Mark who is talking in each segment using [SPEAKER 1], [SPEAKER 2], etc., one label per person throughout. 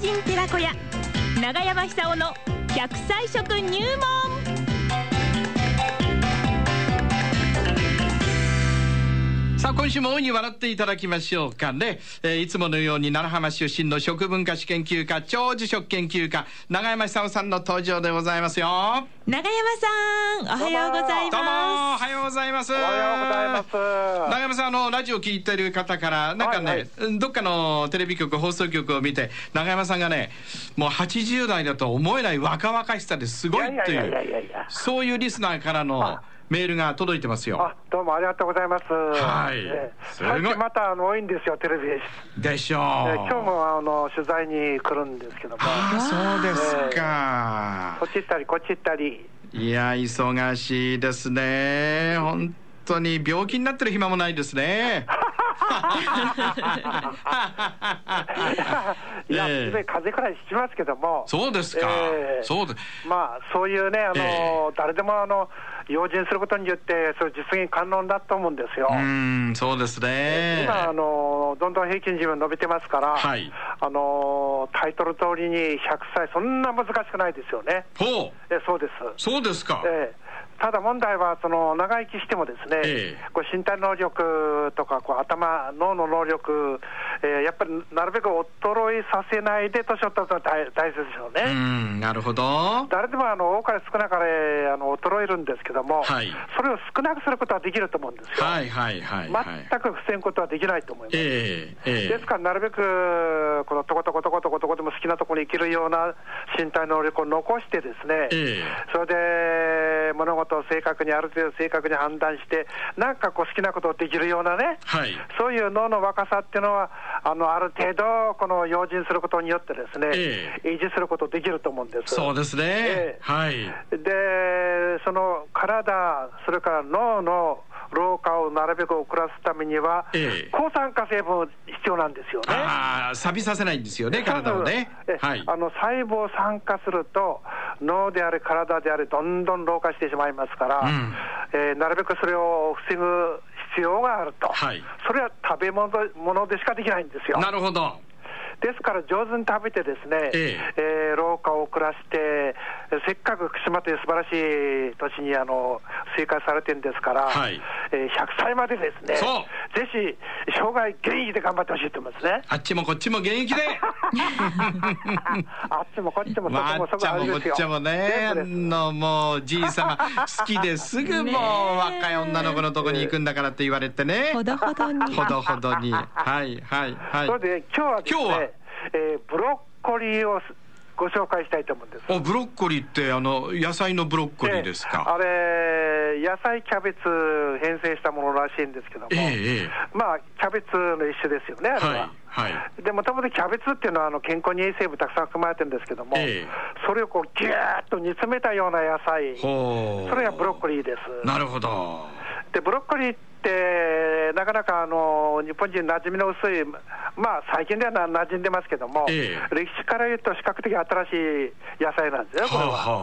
[SPEAKER 1] 軒寺子屋長山久夫の100歳食入門
[SPEAKER 2] さあ今週も大いに笑っていただきましょうかね、えーいつものように奈良浜出身の食文化史研究家長寿食研究家永山久夫さんの登場でございますよ
[SPEAKER 1] 長山さんおはようござい
[SPEAKER 2] どうもお
[SPEAKER 1] ま
[SPEAKER 2] はようございます
[SPEAKER 3] おはようございます。
[SPEAKER 2] 長山さんあのラジオ聞いてる方からなんかね、
[SPEAKER 3] はいはい
[SPEAKER 2] うんどっかのテレビ局放送局を見て永山さんがねもう80代だとは思えない若々しさですごいって
[SPEAKER 3] い
[SPEAKER 2] い
[SPEAKER 3] やいやいや
[SPEAKER 2] う
[SPEAKER 3] いやいや
[SPEAKER 2] そういうリスナーからの
[SPEAKER 3] あ
[SPEAKER 2] メールが届いてますよ
[SPEAKER 3] あ、どうもありがとうございます。
[SPEAKER 2] はい
[SPEAKER 3] ええ
[SPEAKER 2] すごい
[SPEAKER 3] 最近またあの多いんですよ、テレビです。
[SPEAKER 2] でしょう
[SPEAKER 3] ええ今日もあの取材に来るんですけども、
[SPEAKER 2] ああそうですか
[SPEAKER 3] こっち行ったりこっち行ったり。
[SPEAKER 2] いや忙しいですね本当に病気になってる暇もないですね
[SPEAKER 3] いや、
[SPEAKER 2] ええ
[SPEAKER 3] すごい風邪くらいしますけども。
[SPEAKER 2] そうですか、
[SPEAKER 3] ええ
[SPEAKER 2] そうで
[SPEAKER 3] まあそういうね、あの、
[SPEAKER 2] え
[SPEAKER 3] 誰でもあの用心することによって、それ実現可能だと思うんですよ。
[SPEAKER 2] うーんそうですね
[SPEAKER 3] 今あの、どんどん平均寿命伸びてますから、
[SPEAKER 2] はい
[SPEAKER 3] あのタイトル通りに100歳、そんな難しくないですよね、
[SPEAKER 2] ほう
[SPEAKER 3] えそうです。
[SPEAKER 2] そうですか、
[SPEAKER 3] ええただ問題は、その長生きしてもですね、
[SPEAKER 2] ええ
[SPEAKER 3] こう身体能力とかこう頭、脳の能力、えーやっぱりなるべく衰えさせないで年を取るのは大大切でしょうね。
[SPEAKER 2] うーんなるほど
[SPEAKER 3] 誰でもあの多かれ少なかれあの衰えるんですけども、
[SPEAKER 2] はい
[SPEAKER 3] それを少なくすることはできると思うんですよ、
[SPEAKER 2] はいはいはいはい
[SPEAKER 3] 全く防ぐことはできないと思います。
[SPEAKER 2] ええええ
[SPEAKER 3] ですから、なるべくこのとことことことことこでも好きなところに行けるような身体能力を残して、ですね、
[SPEAKER 2] ええ
[SPEAKER 3] それで物事を正確に、ある程度正確に判断して、なんかこう好きなことをできるようなね、
[SPEAKER 2] はい
[SPEAKER 3] そういう脳の若さっていうのは、あのある程度、この用心することによって、ですね、
[SPEAKER 2] え
[SPEAKER 3] 維持することできると思うんです。
[SPEAKER 2] そうですね、
[SPEAKER 3] ええ
[SPEAKER 2] はい
[SPEAKER 3] でその体、それから脳の老化をなるべく遅らすためには、
[SPEAKER 2] ええ
[SPEAKER 3] 抗酸化成分必要なんですよね。
[SPEAKER 2] ああ錆びさせないんですよね体をね
[SPEAKER 3] そうそうえ
[SPEAKER 2] はい
[SPEAKER 3] あの細胞酸化すると、脳であれ、体であれ、どんどん老化してしまいますから、
[SPEAKER 2] うん
[SPEAKER 3] えーなるべくそれを防ぐ必要があると、
[SPEAKER 2] はい
[SPEAKER 3] それは食べ物物でしかできないんですよ。
[SPEAKER 2] なるほど
[SPEAKER 3] ですから、上手に食べて、ですね、
[SPEAKER 2] え
[SPEAKER 3] えー老化を遅らして、えーせっかく福島という素晴らしい土地にあの生活されてるんですから、
[SPEAKER 2] はい
[SPEAKER 3] えー100歳までですね、
[SPEAKER 2] そう
[SPEAKER 3] ぜひ生涯現役で頑張ってほしいと思いますね。
[SPEAKER 2] あっちもこっちも現役で
[SPEAKER 3] あっちもこっ ちもそ
[SPEAKER 2] わ
[SPEAKER 3] こも
[SPEAKER 2] っ
[SPEAKER 3] そ
[SPEAKER 2] ち
[SPEAKER 3] こ
[SPEAKER 2] ゃ
[SPEAKER 3] あ
[SPEAKER 2] も
[SPEAKER 3] れ
[SPEAKER 2] こ
[SPEAKER 3] です
[SPEAKER 2] っ
[SPEAKER 3] よ。
[SPEAKER 2] ちゃもねあ
[SPEAKER 3] 全部です
[SPEAKER 2] のもうじい様好きですぐもう
[SPEAKER 1] ねえ
[SPEAKER 2] 若い女の子のとこに行くんだからって言われてね
[SPEAKER 1] すほどほどに
[SPEAKER 2] ほどほどに はいはいはい
[SPEAKER 3] それで今日はですね、
[SPEAKER 2] 今日は
[SPEAKER 3] えーブロッコリーをすご紹介したいと思うんです。
[SPEAKER 2] おブロッコリーってあの野菜のブロッコリーですか、
[SPEAKER 3] であれ、野菜キャベツ編成したものらしいんですけども、
[SPEAKER 2] ええええ
[SPEAKER 3] まあ、キャベツの一種ですよね、あれは。
[SPEAKER 2] はいはい
[SPEAKER 3] でもともとキャベツっていうのはあの健康にいい成分たくさん含まれてるんですけども、
[SPEAKER 2] ええ
[SPEAKER 3] それをこうギューッと煮詰めたような野菜、
[SPEAKER 2] ほう
[SPEAKER 3] それがブロッコリーです。
[SPEAKER 2] なるほど
[SPEAKER 3] でブロッコリーって、なかなかあの日本人、馴染みの薄い、まあ、最近ではな馴染んでますけども、
[SPEAKER 2] ええ
[SPEAKER 3] 歴史から言うと、比較的新しい野菜なんですよ、こ
[SPEAKER 2] はあ、は
[SPEAKER 3] れは。
[SPEAKER 2] あはあ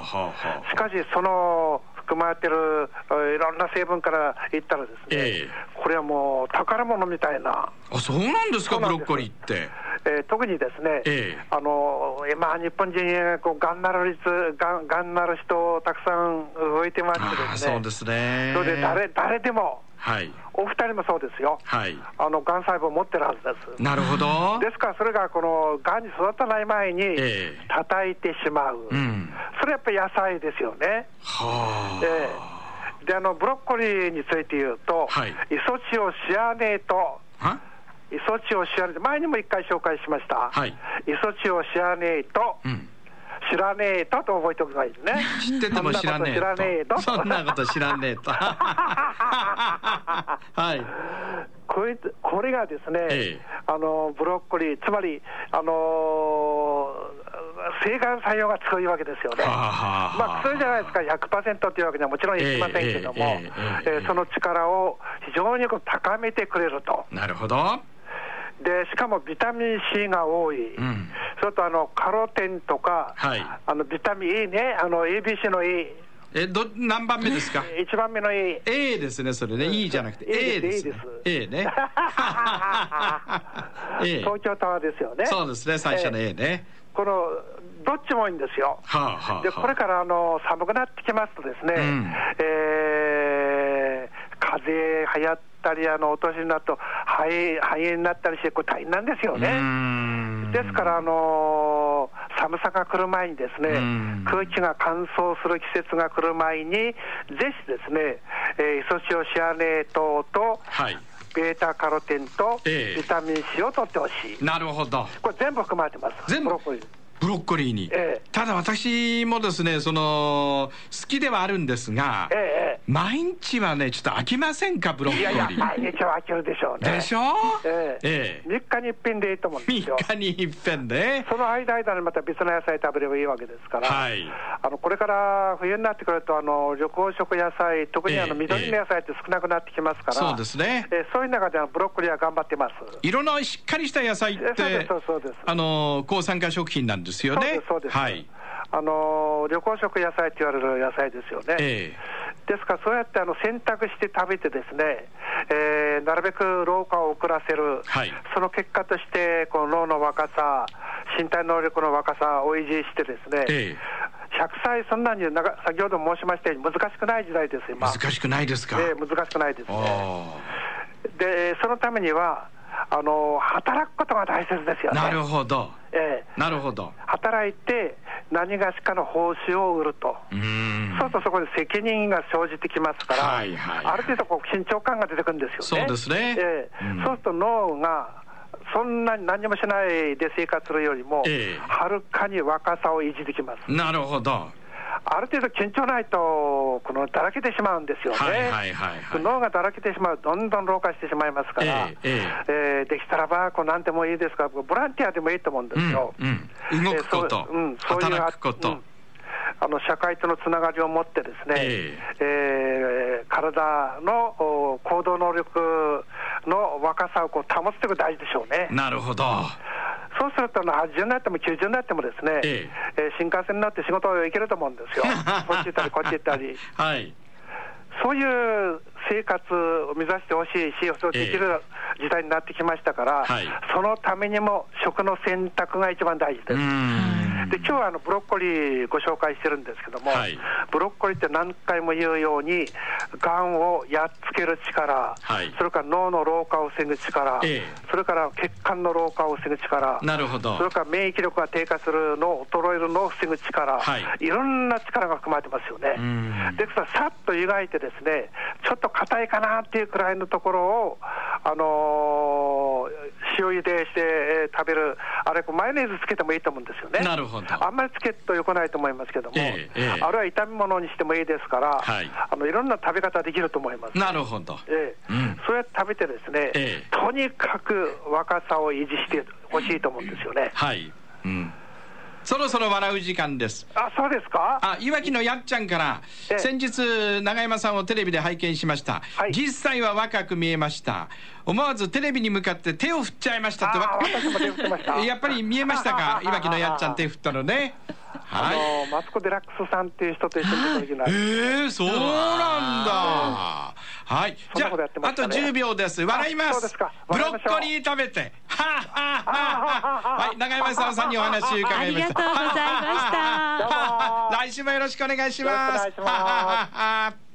[SPEAKER 2] は
[SPEAKER 3] し
[SPEAKER 2] あ
[SPEAKER 3] かし、その含まれてるえーいろんな成分から言ったらですね、
[SPEAKER 2] ええ
[SPEAKER 3] これはもう宝物みたいな、
[SPEAKER 2] あそうなんですか
[SPEAKER 3] そう
[SPEAKER 2] ブ
[SPEAKER 3] な
[SPEAKER 2] ロ
[SPEAKER 3] んです
[SPEAKER 2] ッコリーって
[SPEAKER 3] えー特にですね、
[SPEAKER 2] ええ
[SPEAKER 3] あの今、日本人こう、がんなる率、がんがんなる人、たくさん増えてまして
[SPEAKER 2] ああそう
[SPEAKER 3] ですね、
[SPEAKER 2] ですね
[SPEAKER 3] それで誰誰でも、
[SPEAKER 2] はい
[SPEAKER 3] お二人もそうですよ、
[SPEAKER 2] はい
[SPEAKER 3] あのがん細胞持ってるはずです。
[SPEAKER 2] なるほど
[SPEAKER 3] ですから、それがこのがんに育たない前に
[SPEAKER 2] ええ
[SPEAKER 3] 叩いてしまう、
[SPEAKER 2] うん
[SPEAKER 3] それやっぱり野菜ですよね。
[SPEAKER 2] はあ、
[SPEAKER 3] ええであのブロッコリーについて言うと、
[SPEAKER 2] はい
[SPEAKER 3] イソチオシアネート、
[SPEAKER 2] は
[SPEAKER 3] イソチオシアネート、前にも一回紹介しました、
[SPEAKER 2] はい
[SPEAKER 3] イソチオシアネート、
[SPEAKER 2] うん
[SPEAKER 3] 知らねえとと覚えておくといいですね。
[SPEAKER 2] 知ってても知らねえと
[SPEAKER 3] と。
[SPEAKER 2] そんなこと知らねえと はい
[SPEAKER 3] これこれがですね、
[SPEAKER 2] ええ
[SPEAKER 3] あのブロッコリー、つまり、あのー、生含作用が強いわけですよね。
[SPEAKER 2] はあはあはあ
[SPEAKER 3] まあ、普通じゃないですか、100%というわけにはもちろんいきませんけれど
[SPEAKER 2] え
[SPEAKER 3] も、え
[SPEAKER 2] えええええ
[SPEAKER 3] ーその力を非常にこう高めてくれると、
[SPEAKER 2] なるほど
[SPEAKER 3] でしかもビタミン C が多い、
[SPEAKER 2] うん
[SPEAKER 3] それとあのカロテンとか、
[SPEAKER 2] はい
[SPEAKER 3] あのビタミン E ね、あの ABC の E、
[SPEAKER 2] えど何番目です か
[SPEAKER 3] 一番目の A
[SPEAKER 2] A ですねそれね、いいじゃなくて A
[SPEAKER 3] いい
[SPEAKER 2] で
[SPEAKER 3] ですす
[SPEAKER 2] ね A
[SPEAKER 3] いいです
[SPEAKER 2] ね A
[SPEAKER 3] 東京タワーですよね
[SPEAKER 2] そうですね最初の
[SPEAKER 3] え
[SPEAKER 2] A ね、
[SPEAKER 3] えこのどっちもいいんですよ
[SPEAKER 2] はあはあはあ
[SPEAKER 3] でこれからあの寒くなってきますとですね、
[SPEAKER 2] うん
[SPEAKER 3] えー風邪流行ったりあのお年になると肺肺炎になったりしてこれ大変なんですよね、
[SPEAKER 2] ね
[SPEAKER 3] ですから、あのー寒さが来る前にですね、
[SPEAKER 2] うん
[SPEAKER 3] 空気が乾燥する季節が来る前に、ぜひですね、えーイソチオシアネー糖と、
[SPEAKER 2] はい
[SPEAKER 3] ベータカロテンと、
[SPEAKER 2] ええ
[SPEAKER 3] ビタミン C を取ってほしい。
[SPEAKER 2] なるほど
[SPEAKER 3] これ全部含まれてます。
[SPEAKER 2] 全部
[SPEAKER 3] ブロッコリー
[SPEAKER 2] ブロッコリーに、
[SPEAKER 3] ええ
[SPEAKER 2] ただ私もですねその好きではあるんですが、
[SPEAKER 3] えええ
[SPEAKER 2] 毎日はねちょっと飽きませんかブロッ
[SPEAKER 3] え
[SPEAKER 2] コ
[SPEAKER 3] い
[SPEAKER 2] リー
[SPEAKER 3] やいや、毎日は飽きるでしょうね。
[SPEAKER 2] でしょ、
[SPEAKER 3] ええ
[SPEAKER 2] ええ
[SPEAKER 3] 3日に一品でいいと思うんですよ。
[SPEAKER 2] 3日に一遍ね
[SPEAKER 3] その間間にまた別の野菜食べればいいわけですから、
[SPEAKER 2] はい
[SPEAKER 3] あのこれから冬になってくると、あの緑黄色野菜、特にあの
[SPEAKER 2] ええ
[SPEAKER 3] 緑の野菜って少なくなってきますから、
[SPEAKER 2] そうですね
[SPEAKER 3] えそういう中であのブロッコリーは頑張ってます。
[SPEAKER 2] いろんなしっかりした野菜っ
[SPEAKER 3] えそうで
[SPEAKER 2] て
[SPEAKER 3] すそうですそうです
[SPEAKER 2] あの抗酸化食品なんですよね
[SPEAKER 3] そうです、そうです。
[SPEAKER 2] はい
[SPEAKER 3] あの緑黄色野菜って言われる野菜ですよね。
[SPEAKER 2] ええ
[SPEAKER 3] ですから、そうやってあの選択して食べて、ですね、えーなるべく老化を遅らせる、
[SPEAKER 2] はい
[SPEAKER 3] その結果として、この脳の若さ、身体能力の若さを維持して、ですね、
[SPEAKER 2] ええ
[SPEAKER 3] 100歳、そんなになか先ほど申しましたように、難しくない時代です、今。
[SPEAKER 2] 難しくないですか、
[SPEAKER 3] ええ難しくないです
[SPEAKER 2] お
[SPEAKER 3] ね。
[SPEAKER 2] ー
[SPEAKER 3] で、そのためには、あの働くことが大切ですよね。
[SPEAKER 2] なるほど
[SPEAKER 3] ええ
[SPEAKER 2] なるほど
[SPEAKER 3] 働いて、何がしかの報酬を売ると。
[SPEAKER 2] うーん
[SPEAKER 3] そうするとそこで責任が生じてきますから、
[SPEAKER 2] はいはい
[SPEAKER 3] ある程度こう緊張感が出てくるんですよね。
[SPEAKER 2] そうですね
[SPEAKER 3] ええ
[SPEAKER 2] うん
[SPEAKER 3] そうすると脳がそんなに何もしないで生活するよりも、
[SPEAKER 2] ええ
[SPEAKER 3] はるかに若さを維持できます。
[SPEAKER 2] なるほど
[SPEAKER 3] ある程度緊張ないと、このだらけてしまうんですよね。
[SPEAKER 2] はいはいはいはい
[SPEAKER 3] 脳がだらけてしまう、どんどん老化してしまいますから、
[SPEAKER 2] えええ
[SPEAKER 3] ええできたらば、こうなんでもいいですから、ボランティアでもいいと思うんで
[SPEAKER 2] う
[SPEAKER 3] す
[SPEAKER 2] ん
[SPEAKER 3] よ。
[SPEAKER 2] うん、動くこと、
[SPEAKER 3] えーそううんそういう
[SPEAKER 2] 働くこと、
[SPEAKER 3] うんあの社会とのつながりを持ってですね、
[SPEAKER 2] え
[SPEAKER 3] えー体のお行動能力の若さをこう保つということが大事でしょうね。
[SPEAKER 2] なるほど
[SPEAKER 3] そうするとあの、80になっても90になってもですね、
[SPEAKER 2] え。
[SPEAKER 3] えー新幹線になって仕事行けると思うんですよ こっち行ったりこっち行ったり。
[SPEAKER 2] はい
[SPEAKER 3] そういう生活を目指してほしいし、そうできる時代になってきましたから、
[SPEAKER 2] はい
[SPEAKER 3] そのためにも食の選択が一番大事です。
[SPEAKER 2] うーん
[SPEAKER 3] で今日はあのブロッコリーご紹介してるんですけども、
[SPEAKER 2] はい
[SPEAKER 3] ブロッコリーって何回も言うように、がんをやっつける力、
[SPEAKER 2] はい
[SPEAKER 3] それから脳の老化を防ぐ力、
[SPEAKER 2] ええ
[SPEAKER 3] それから血管の老化を防ぐ力。
[SPEAKER 2] なるほど
[SPEAKER 3] それから免疫力が低下するのを衰えるのを防ぐ力、
[SPEAKER 2] はい
[SPEAKER 3] い、ろんな力が含まれてますよね
[SPEAKER 2] うん。
[SPEAKER 3] ですから、さっと湯がいて、ですねちょっと硬いかなっていうくらいのところを、あのー塩茹でして、えー食べる、あれ、こうマヨネーズつけてもいいと思うんですよね。
[SPEAKER 2] なるほど
[SPEAKER 3] あんまりつけるとよくないと思いますけども、
[SPEAKER 2] ええええ
[SPEAKER 3] あるいは炒め物にしてもいいですから、
[SPEAKER 2] はい
[SPEAKER 3] あのいろんな食べ方できると思います。
[SPEAKER 2] なるほど
[SPEAKER 3] え
[SPEAKER 2] う
[SPEAKER 3] え
[SPEAKER 2] ん
[SPEAKER 3] そうやって食べてですね、
[SPEAKER 2] ええ
[SPEAKER 3] とにかく若さを維持してほしいと思うんですよね。
[SPEAKER 2] はい、うん、そろそろ笑う時間です
[SPEAKER 3] あ、そうですか
[SPEAKER 2] あいわきのやっちゃんから、
[SPEAKER 3] ええ
[SPEAKER 2] 先日永山さんをテレビで拝見しました、
[SPEAKER 3] はい
[SPEAKER 2] 10歳は若く見えました思わずテレビに向かって手を振っちゃいましたってわ
[SPEAKER 3] あ私も手振ってました
[SPEAKER 2] やっぱり見えましたかいわきのやっちゃん手振ったのね
[SPEAKER 3] あ
[SPEAKER 2] はい
[SPEAKER 3] のマツコ・デラックスさんっていう人と一緒に出た時の、
[SPEAKER 2] ええそうなんだ。はい。
[SPEAKER 3] そ
[SPEAKER 2] じゃ
[SPEAKER 3] んなことやって
[SPEAKER 2] あ、
[SPEAKER 3] ま
[SPEAKER 2] あ
[SPEAKER 3] し
[SPEAKER 2] と
[SPEAKER 3] たね
[SPEAKER 2] 10秒です。笑いま
[SPEAKER 3] あそう
[SPEAKER 2] す
[SPEAKER 3] ですか。
[SPEAKER 2] ブロ
[SPEAKER 3] 笑いまし
[SPEAKER 2] ッ
[SPEAKER 3] ょう
[SPEAKER 2] コリー食べて。 はっはっはっは。はい、長山さんさんにお話伺いました。
[SPEAKER 1] ありがとうございました
[SPEAKER 2] はっはっは
[SPEAKER 3] どうも
[SPEAKER 2] 来週もよろしくお願いし
[SPEAKER 3] よろしくお
[SPEAKER 2] ます。
[SPEAKER 3] 願いし
[SPEAKER 2] は
[SPEAKER 3] ます
[SPEAKER 2] っはっは